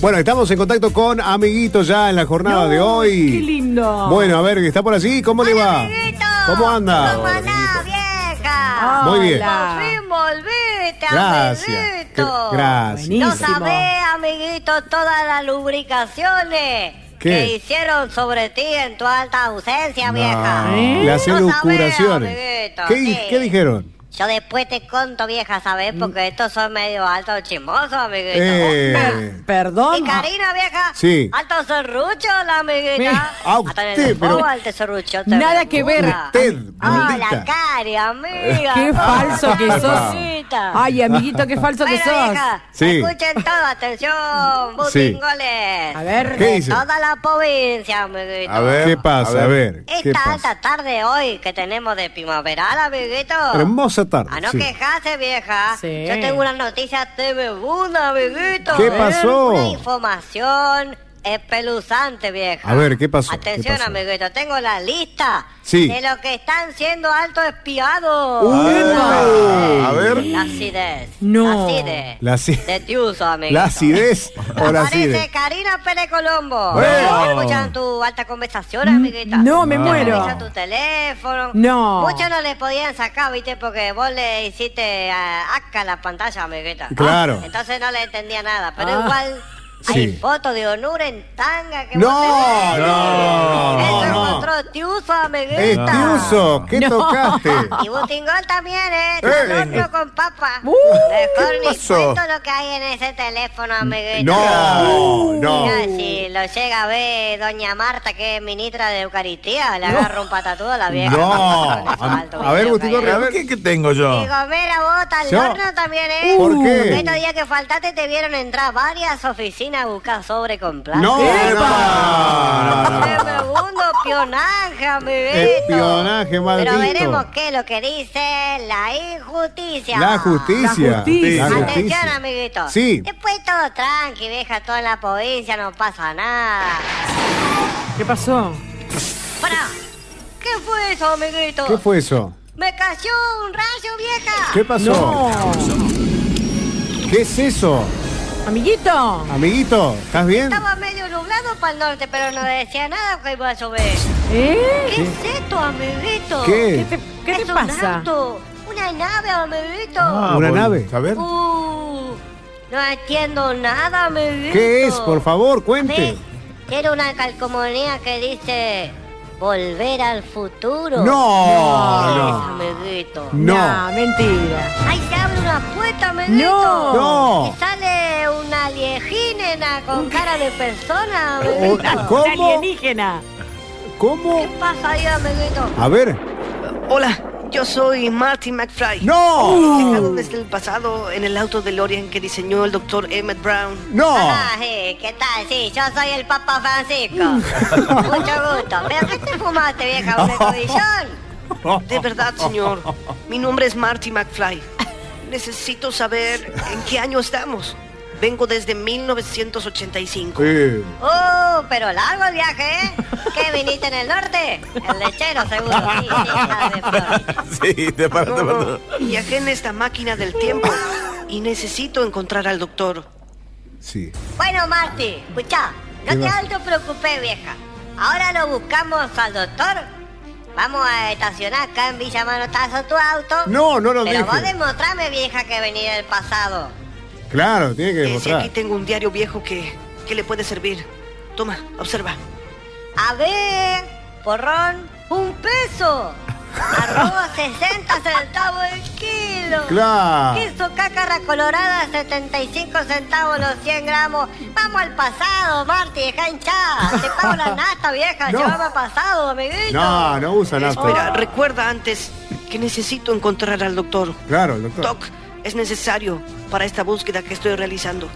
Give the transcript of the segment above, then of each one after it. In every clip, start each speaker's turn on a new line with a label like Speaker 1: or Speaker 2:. Speaker 1: Bueno, estamos en contacto con Amiguito ya en la jornada de hoy.
Speaker 2: qué lindo.
Speaker 1: Bueno, a ver, ¿está por allí? ¿Cómo le va?
Speaker 3: amiguito.
Speaker 1: ¿Cómo anda?
Speaker 3: ¿Cómo andás,
Speaker 2: Ah.
Speaker 3: vieja?
Speaker 1: Muy bien.
Speaker 2: Hola.
Speaker 3: Por fin volviste,
Speaker 1: Gracias.
Speaker 3: amiguito.
Speaker 1: Qué- Gracias.
Speaker 3: No
Speaker 2: Buenísimo.
Speaker 3: sabés, amiguito, todas las lubricaciones
Speaker 1: ¿Qué?
Speaker 3: que hicieron sobre ti en tu alta ausencia, vieja.
Speaker 1: No, Le hacen
Speaker 3: No sabés,
Speaker 1: locuraciones.
Speaker 3: amiguito,
Speaker 1: ¿Qué, di-
Speaker 3: sí.
Speaker 1: qué dijeron?
Speaker 3: Yo después te conto, vieja, ¿sabes? Porque estos son medio altos chismosos, amiguito.
Speaker 1: Mm. Eh,
Speaker 2: Perdón.
Speaker 3: Y Karina, vieja.
Speaker 1: Sí.
Speaker 3: Alto serrucho, la amiguita.
Speaker 1: Ah,
Speaker 3: Hasta en
Speaker 1: usted,
Speaker 3: el
Speaker 1: pero-
Speaker 3: escoba, alto serrucho. te
Speaker 2: Nada
Speaker 3: me
Speaker 2: que ver.
Speaker 3: gusta.
Speaker 1: Usted,
Speaker 3: Ah, la
Speaker 1: maldita.
Speaker 3: Cari, amiga.
Speaker 2: Qué
Speaker 3: Ah,
Speaker 2: falso que sos.
Speaker 3: amiguita.
Speaker 2: Ay, amiguito, qué falso que
Speaker 3: Bueno,
Speaker 2: sos.
Speaker 3: vieja,
Speaker 1: Sí.
Speaker 3: Escuchen todo, atención,
Speaker 1: Sí.
Speaker 3: butingoles.
Speaker 2: A ver.
Speaker 1: ¿Qué
Speaker 3: De
Speaker 1: dice?
Speaker 3: Toda la provincia, amiguito.
Speaker 4: A ver,
Speaker 1: ¿Qué pasa? A ver. ¿Qué
Speaker 3: Esta
Speaker 1: pasa?
Speaker 3: alta tarde hoy que tenemos de primaveral, amiguito.
Speaker 1: Hermosa tarde.
Speaker 3: A Ah, no
Speaker 1: sí.
Speaker 3: quejarse, vieja.
Speaker 2: Sí.
Speaker 3: Yo tengo una noticia tremenda, amiguito.
Speaker 1: ¿Qué
Speaker 3: A ver.
Speaker 1: pasó?
Speaker 3: Una información espeluzante, vieja.
Speaker 1: A ver, ¿qué pasó?
Speaker 3: Atención,
Speaker 1: ¿Qué pasó?
Speaker 3: amiguito. Tengo la lista
Speaker 1: Sí.
Speaker 3: de los que están siendo altos espiados.
Speaker 1: Uh,
Speaker 4: ¡Epa! A ver.
Speaker 3: La acidez.
Speaker 2: No.
Speaker 3: La acidez.
Speaker 1: La aci-
Speaker 3: De tiuso, amiguito.
Speaker 1: ¿La acidez o la acidez?
Speaker 3: Aparece Karina Pérez Colombo.
Speaker 1: Bueno.
Speaker 3: Escuchan tu alta conversación, amiguita.
Speaker 2: Mm, No, me muero.
Speaker 3: Revisa tu teléfono.
Speaker 2: No.
Speaker 3: Muchos no le podían sacar, viste, porque vos le hiciste a acá la pantalla, amiguita.
Speaker 1: Claro.
Speaker 3: Entonces no le entendía nada, pero
Speaker 2: Ah.
Speaker 3: igual hay
Speaker 1: Sí.
Speaker 3: fotos de Onur en tanga que
Speaker 1: No,
Speaker 3: vos tenés.
Speaker 1: no,
Speaker 3: Eso
Speaker 1: no.
Speaker 3: encontró Tiuso, amiguita.
Speaker 1: Eh, Tiuso, ¿qué
Speaker 2: No.
Speaker 1: tocaste?
Speaker 3: Y Butingol también, ¿eh?
Speaker 1: Eh.
Speaker 3: Con horno con papa.
Speaker 2: Uh,
Speaker 3: Mejor
Speaker 4: ¿qué
Speaker 3: ni
Speaker 4: pasó?
Speaker 3: cuento lo que hay en ese teléfono, amiguita.
Speaker 1: No, no.
Speaker 3: Mira, si lo llega a ver doña Marta, que es ministra de Eucaristía, le agarra un patatúo a la vieja.
Speaker 1: No.
Speaker 3: Con esos
Speaker 1: A-
Speaker 3: altos
Speaker 1: a ver,
Speaker 3: videos que
Speaker 1: Butingol,
Speaker 3: hay.
Speaker 4: A ver, ¿qué, qué tengo yo?
Speaker 3: Y Gomera, vos tan
Speaker 1: Yo-
Speaker 3: horno también, ¿eh?
Speaker 1: ¿Por qué?
Speaker 3: Porque Estos días que faltaste te vieron entrar varias oficinas a buscar sobre con plata.
Speaker 1: No,
Speaker 4: ¡Epa!
Speaker 1: no, no, no.
Speaker 3: Segundo espionaje, amiguito.
Speaker 1: Espionaje, maldito.
Speaker 3: Pero veremos qué es lo que dice la injusticia.
Speaker 1: La justicia.
Speaker 2: La justicia.
Speaker 1: La
Speaker 3: Atención,
Speaker 1: justicia.
Speaker 3: amiguito.
Speaker 1: Sí.
Speaker 3: Después todo tranqui, vieja, toda la provincia, no pasa nada.
Speaker 2: ¿Qué pasó?
Speaker 3: Pará. ¿Qué fue eso, amiguito?
Speaker 1: ¿Qué fue eso?
Speaker 3: Me cayó un rayo, vieja.
Speaker 1: ¿Qué pasó?
Speaker 2: No.
Speaker 1: ¿Qué es eso?
Speaker 2: Amiguito.
Speaker 1: Amiguito, ¿estás bien?
Speaker 3: Estaba medio nublado para el norte, pero no decía nada que iba a llover.
Speaker 2: ¿Eh?
Speaker 3: ¿Qué, es esto, amiguito?
Speaker 2: ¿Qué
Speaker 1: ¿Qué?
Speaker 2: te, qué te
Speaker 3: es Un
Speaker 2: pasa?
Speaker 3: auto, una nave, amiguito.
Speaker 4: Ah,
Speaker 1: ¿Una
Speaker 4: vol-
Speaker 1: nave?
Speaker 4: A ver.
Speaker 3: Uh, no entiendo nada, amiguito.
Speaker 1: ¿Qué es? Por favor,
Speaker 3: ¿Ves?
Speaker 1: cuente.
Speaker 3: Tiene una calcomanía que dice volver al futuro.
Speaker 1: No,
Speaker 3: Es,
Speaker 1: no.
Speaker 3: amiguito.
Speaker 1: No.
Speaker 2: Nah, mentira.
Speaker 3: Ahí se abre una puerta, amiguito.
Speaker 1: No.
Speaker 3: Y sale una alienígena con cara de persona,
Speaker 1: O-
Speaker 3: amiguito.
Speaker 2: Un
Speaker 1: ¿Cómo?
Speaker 2: Alienígena.
Speaker 3: ¿Qué
Speaker 1: ¿Cómo?
Speaker 3: pasa ahí, amiguito?
Speaker 1: A ver.
Speaker 5: Hola, yo soy Marty McFly.
Speaker 1: ¡No!
Speaker 5: Viajaron desde el pasado en el auto de Lorian que diseñó el doctor Emmett Brown.
Speaker 1: ¡No!
Speaker 3: Ah, sí, ¿qué tal? Sí, yo soy el Papa Francisco. Mucho gusto. ¿Pero qué te fumaste, vieja? ¿Un escobillón?
Speaker 5: De verdad, señor. Mi nombre es Marty McFly. Necesito saber en qué año estamos. Vengo desde 1985.
Speaker 1: Eh,
Speaker 3: Uh, pero largo el viaje, ¿eh? ¿Qué viniste en el norte? El lechero, seguro. Sí, sí, hija de Florida.
Speaker 4: Sí, te
Speaker 5: No,
Speaker 4: paro, te
Speaker 5: no,
Speaker 4: paro.
Speaker 5: viajé en esta máquina del tiempo y necesito encontrar al doctor.
Speaker 1: sí.
Speaker 3: Bueno, Marti, escuchá,
Speaker 1: ¿Qué
Speaker 3: no te
Speaker 1: va?
Speaker 3: autopreocupes, vieja. Ahora lo buscamos al doctor. Vamos a estacionar acá en Villa Manotazo tu auto.
Speaker 1: No, no lo
Speaker 3: Pero vos
Speaker 1: dije.
Speaker 3: demostrame, vieja, que venís del pasado.
Speaker 1: Claro, tiene que
Speaker 5: Eh, sí, aquí
Speaker 1: demostrar.
Speaker 5: tengo un diario viejo que, que le puede servir. Toma, observa.
Speaker 3: A ver, porrón, un peso. Arroba 60 centavos el kilo.
Speaker 1: Claro.
Speaker 3: Queso cácara colorada, 75 centavos los 100 gramos. Vamos al pasado, Marti, deja hinchada. Te pago la nata, vieja.
Speaker 1: No.
Speaker 3: Llévame al pasado, amiguito.
Speaker 1: No, no usa
Speaker 5: Espera,
Speaker 1: nada.
Speaker 5: recuerda antes que necesito encontrar al doctor.
Speaker 1: Claro, el doctor.
Speaker 5: TOC es necesario para esta búsqueda que estoy realizando.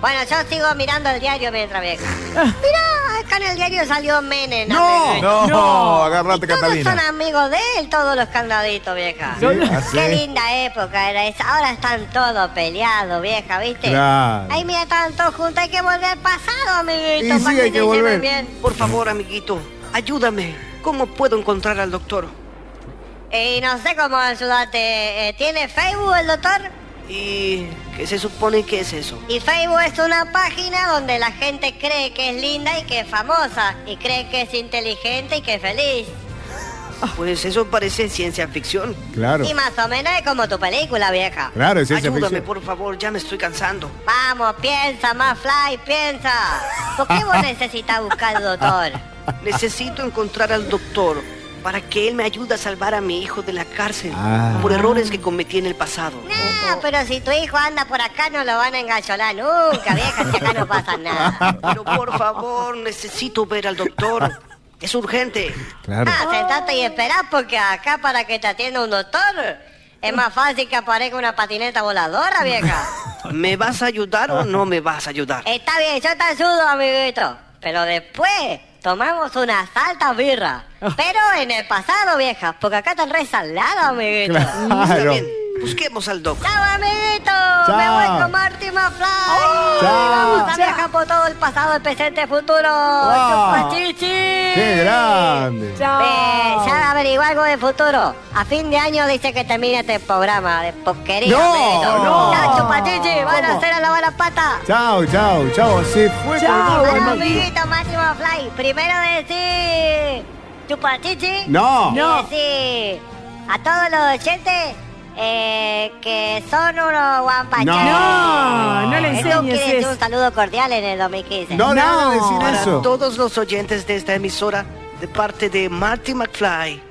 Speaker 3: Bueno, yo sigo mirando el diario mientras, vieja. Mirá, acá en el diario salió Menem. amiguito.
Speaker 4: No,
Speaker 2: No.
Speaker 4: agarrate,
Speaker 3: Todos son
Speaker 4: Catalina.
Speaker 3: amigos de él, todos los candaditos, vieja.
Speaker 4: Ah, sí.
Speaker 3: Qué linda época era esa. Ahora están todos peleados, vieja, ¿viste?
Speaker 1: Claro.
Speaker 3: Ahí mira, están todos juntos. Hay que volver al pasado, amiguito.
Speaker 1: Y sí, hay
Speaker 3: para
Speaker 1: que
Speaker 3: se lleven
Speaker 1: volver.
Speaker 3: bien.
Speaker 5: Por favor, amiguito, ayúdame. ¿Cómo puedo encontrar al doctor?
Speaker 3: Y no sé cómo ayudarte. Eh, ¿Tiene Facebook el doctor?
Speaker 5: ¿Y ¿Qué se supone que es eso?
Speaker 3: Y Facebook es una página donde la gente cree que es linda y que es famosa, y cree que es inteligente y que es feliz.
Speaker 1: Ah.
Speaker 5: Pues eso parece ciencia ficción.
Speaker 1: Claro.
Speaker 3: Y más o menos es como tu película, vieja.
Speaker 1: Claro, es ciencia
Speaker 5: Ayúdame,
Speaker 1: ficción.
Speaker 5: por favor, ya me estoy cansando.
Speaker 3: Vamos, piensa más, Fly, piensa. ¿Por qué vos necesitas buscar al doctor?
Speaker 5: Necesito encontrar al doctor para que él me ayude a salvar a mi hijo de la cárcel
Speaker 1: Ah.
Speaker 5: por errores que cometí en el pasado.
Speaker 3: No, pero si tu hijo anda por acá no lo van a engañolar nunca, vieja, si acá no pasa nada.
Speaker 5: Pero por favor, necesito ver al doctor. Es urgente.
Speaker 1: Claro.
Speaker 3: Ah, sentate y esperá porque acá para que te atienda un doctor es más fácil que aparezca una patineta voladora, vieja.
Speaker 5: ¿Me vas a ayudar o no me vas a ayudar?
Speaker 3: Está bien, yo te ayudo, amiguito. Pero después tomamos unas altas birras. Pero en el pasado, vieja, porque acá están resalado, amiguito.
Speaker 5: Está
Speaker 1: Claro.
Speaker 5: bien, busquemos al doctor.
Speaker 3: ¡Chao, amiguito!
Speaker 1: Chao.
Speaker 3: ¡Me voy con Marty McFly!
Speaker 1: Chao.
Speaker 3: ¡Vamos a viajar por todo el pasado, el presente, el futuro!
Speaker 1: Wow.
Speaker 3: ¡Chupa chichi!
Speaker 1: ¡Qué grande!
Speaker 3: Eh,
Speaker 2: Chao.
Speaker 3: ya averiguó algo del futuro. A fin de año dice que termine este programa de porquería.
Speaker 1: No,
Speaker 3: amiguito.
Speaker 1: no.
Speaker 3: Ya, chupa chichi! ¡Van a
Speaker 1: ¿Cómo?
Speaker 3: hacer a lavar las patas!
Speaker 1: Chao, chao, chao. Se fue.
Speaker 2: Chao,
Speaker 1: por favor,
Speaker 3: Para
Speaker 1: Maxi.
Speaker 3: amiguito Marty McFly, primero decir... ¡Chupa chichi!
Speaker 1: No.
Speaker 3: Y decir a todos los oyentes eh, que son unos guampacheros.
Speaker 2: No, no le
Speaker 3: Eso quiere
Speaker 2: enseñes
Speaker 3: decir
Speaker 2: eso.
Speaker 3: un saludo cordial en el 2015.
Speaker 1: No, no,
Speaker 2: No.
Speaker 1: no decir
Speaker 5: Para
Speaker 1: eso.
Speaker 5: todos los oyentes de esta emisora, de parte de Marty McFly,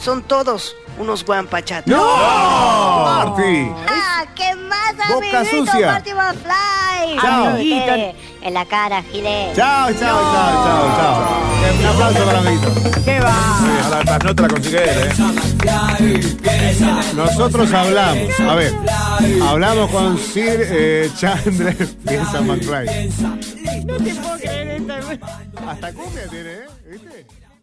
Speaker 5: son todos unos guampachatos.
Speaker 1: ¡No! ¡Marty!
Speaker 3: ¡Ah, qué más,
Speaker 1: Boca
Speaker 3: amiguito
Speaker 1: sucia.
Speaker 3: Marty McFly!
Speaker 1: Chao.
Speaker 3: Amiguito. En la cara, Gile.
Speaker 1: Chao, chao, chao, chao, chao. Un aplauso para Amiguito.
Speaker 2: ¿Qué va?
Speaker 4: Ahora, Las notas las consigue ¿eh? él, ¿eh?
Speaker 1: Nosotros hablamos, a ver, hablamos con Sir eh, Chandra Piensa McFly.
Speaker 2: No te puedo creer esta.
Speaker 1: Hasta cumbia tiene, ¿eh? ¿Viste?